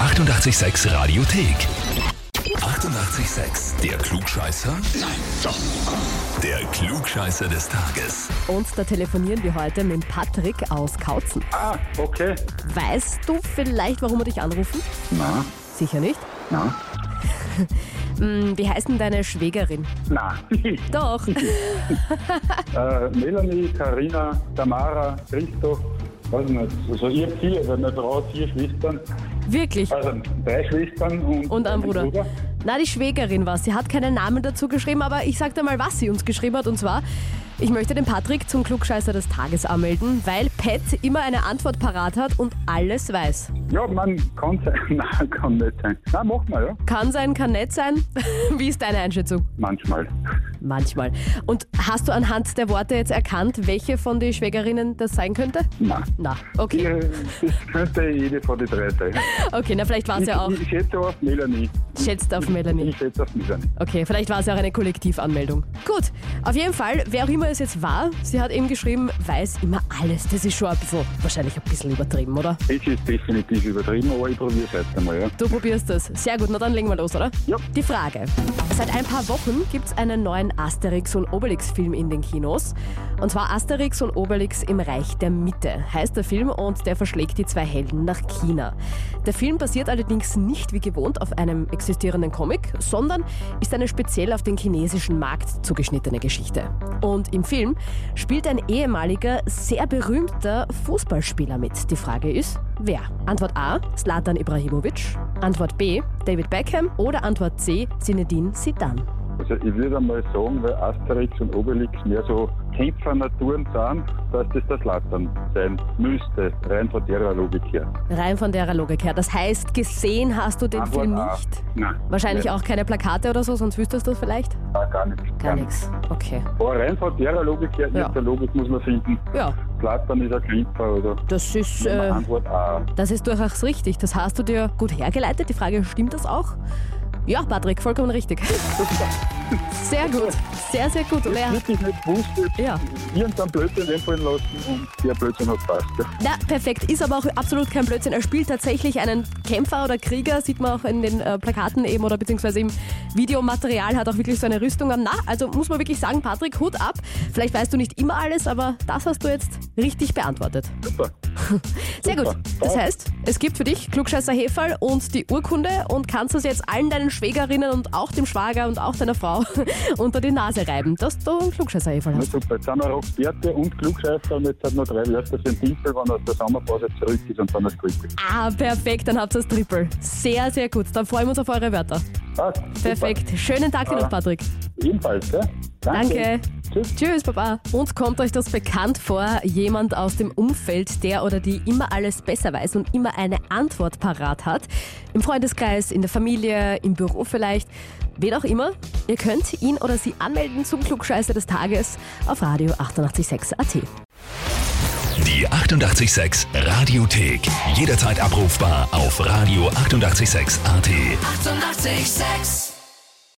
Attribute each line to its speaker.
Speaker 1: 886 Radiothek. 88,6. Der Klugscheißer? Nein, doch. Der Klugscheißer des Tages.
Speaker 2: Und da telefonieren wir heute mit Patrick aus Kautzen.
Speaker 3: Ah, okay.
Speaker 2: Weißt du vielleicht, warum wir dich anrufen?
Speaker 3: Na,
Speaker 2: Sicher nicht.
Speaker 3: na,
Speaker 2: Hm, wie heißt denn deine Schwägerin?
Speaker 3: na.
Speaker 2: Doch.
Speaker 3: äh, Melanie, Karina, Tamara, Christoph, weiß nicht. Also ich habe vier, weil meine Frau hat vier Schwestern,
Speaker 2: Wirklich.
Speaker 3: also drei Schwestern und,
Speaker 2: Und ein Bruder. Na, die Schwägerin war's. Sie hat keinen Namen dazu geschrieben, aber ich sag dir mal, was sie uns geschrieben hat. Und zwar, ich möchte den Patrick zum Klugscheißer des Tages anmelden, weil Pat immer eine Antwort parat hat und alles weiß.
Speaker 3: Ja, man kann sein. Nein, kann nicht sein. Nein, mach mal, ja.
Speaker 2: Kann sein, kann nett sein. wie ist deine Einschätzung?
Speaker 3: Manchmal.
Speaker 2: Manchmal. Und hast du anhand der Worte jetzt erkannt, welche von den Schwägerinnen das sein könnte?
Speaker 3: Nein.
Speaker 2: Na, okay.
Speaker 3: Äh, Das könnte jede von den drei sein.
Speaker 2: Okay, na vielleicht war es
Speaker 3: Ich,
Speaker 2: ja auch,
Speaker 3: ich schätze auf Melanie.
Speaker 2: schätzt auf Melanie.
Speaker 3: Ich schätze auf Melanie.
Speaker 2: Okay, vielleicht war es ja auch eine Kollektivanmeldung. Gut, auf jeden Fall, wer auch immer es jetzt war, sie hat eben geschrieben, weiß immer alles. Das ist schon ein bisschen, wahrscheinlich ein bisschen übertrieben, oder?
Speaker 3: Es ist definitiv übertrieben, aber ich probiere es jetzt einmal, ja.
Speaker 2: Du probierst es. Sehr gut, na dann legen wir los, oder?
Speaker 3: Ja.
Speaker 2: Die Frage. Seit ein paar Wochen gibt es einen neuen Asterix- und Obelix-Film in den Kinos. Und zwar Asterix und Obelix im Reich der Mitte, heißt der Film, und der verschlägt die zwei Helden nach China. Der Film basiert allerdings nicht wie gewohnt auf einem existierenden Comic, sondern ist eine speziell auf den chinesischen Markt zugeschnittene Geschichte. Und im Film spielt ein ehemaliger, sehr berühmter Fußballspieler mit. Die Frage ist, wer? Antwort A, Zlatan Ibrahimovic. Antwort B, David Beckham. Oder Antwort C, Zinedine Zidane.
Speaker 3: Also ich würde einmal sagen, weil Asterix und Obelix mehr so Kämpfernaturen sind, dass das das Latern sein müsste, rein von derer Logik her.
Speaker 2: Rein von derer Logik her. Das heißt, gesehen hast du den
Speaker 3: Antwort
Speaker 2: Film
Speaker 3: A.
Speaker 2: nicht?
Speaker 3: Nein.
Speaker 2: Wahrscheinlich
Speaker 3: Nein,
Speaker 2: auch keine Plakate oder so, sonst wüsstest du es vielleicht?
Speaker 3: Nein, gar nichts.
Speaker 2: Gar nichts. Okay.
Speaker 3: Aber rein von derer Logik her,
Speaker 2: Ja.
Speaker 3: ja. der Logik muss man finden.
Speaker 2: Ja,
Speaker 3: Latern ist ein Kämpfer oder
Speaker 2: das ist.
Speaker 3: Nehmen wir
Speaker 2: Äh,
Speaker 3: Antwort A.
Speaker 2: Das ist durchaus richtig. Das hast du dir gut hergeleitet. Die Frage, stimmt das auch? Ja, Patrick, vollkommen richtig. Sehr gut. Sehr, sehr gut. Und er,
Speaker 3: Wirklich nicht wusste,
Speaker 2: Ja.
Speaker 3: irgendein Blödsinn einfallen lassen und der Blödsinn hat passt. Ja.
Speaker 2: na, perfekt. Ist aber auch absolut kein Blödsinn. Er spielt tatsächlich einen Kämpfer oder Krieger, sieht man auch in den äh, Plakaten eben oder beziehungsweise im Videomaterial, hat auch wirklich so eine Rüstung an. Na, also muss man wirklich sagen, Patrick, Hut ab. Vielleicht weißt du nicht immer alles, aber das hast du jetzt richtig beantwortet.
Speaker 3: Super.
Speaker 2: Sehr gut.
Speaker 3: Super.
Speaker 2: Das heißt, es gibt für dich Klugscheißer Heferl und die Urkunde und kannst das jetzt allen deinen Schwägerinnen und auch dem Schwager und auch deiner Frau unter die Nase reiben, dass du einen Klugscheißer Heferl
Speaker 3: Na
Speaker 2: hast.
Speaker 3: super, jetzt sind wir Rockbärte und Klugscheißer und jetzt hat noch drei Wörter für den Timpel, wenn er aus der Sommerpause zurück ist und dann das Kritik.
Speaker 2: Ah, perfekt, dann habt ihr das Triple. Sehr, sehr gut. Dann freuen wir uns auf eure Wörter.
Speaker 3: Passt.
Speaker 2: Perfekt. Schönen Tag dir noch, Patrick.
Speaker 3: Super. Ebenfalls, ja?
Speaker 2: Danke.
Speaker 3: Tschüss.
Speaker 2: Tschüss, Baba. Und kommt euch das bekannt vor, jemand aus dem Umfeld, der oder die immer alles besser weiß und immer eine Antwort parat hat? Im Freundeskreis, in der Familie, im Büro vielleicht, wen auch immer. Ihr könnt ihn oder sie anmelden zum Klugscheißer des Tages auf Radio 886 AT.
Speaker 1: Die 88,6 Radiothek. Jederzeit abrufbar auf radio886.at. 88,6.
Speaker 4: Eighty-eight, sex.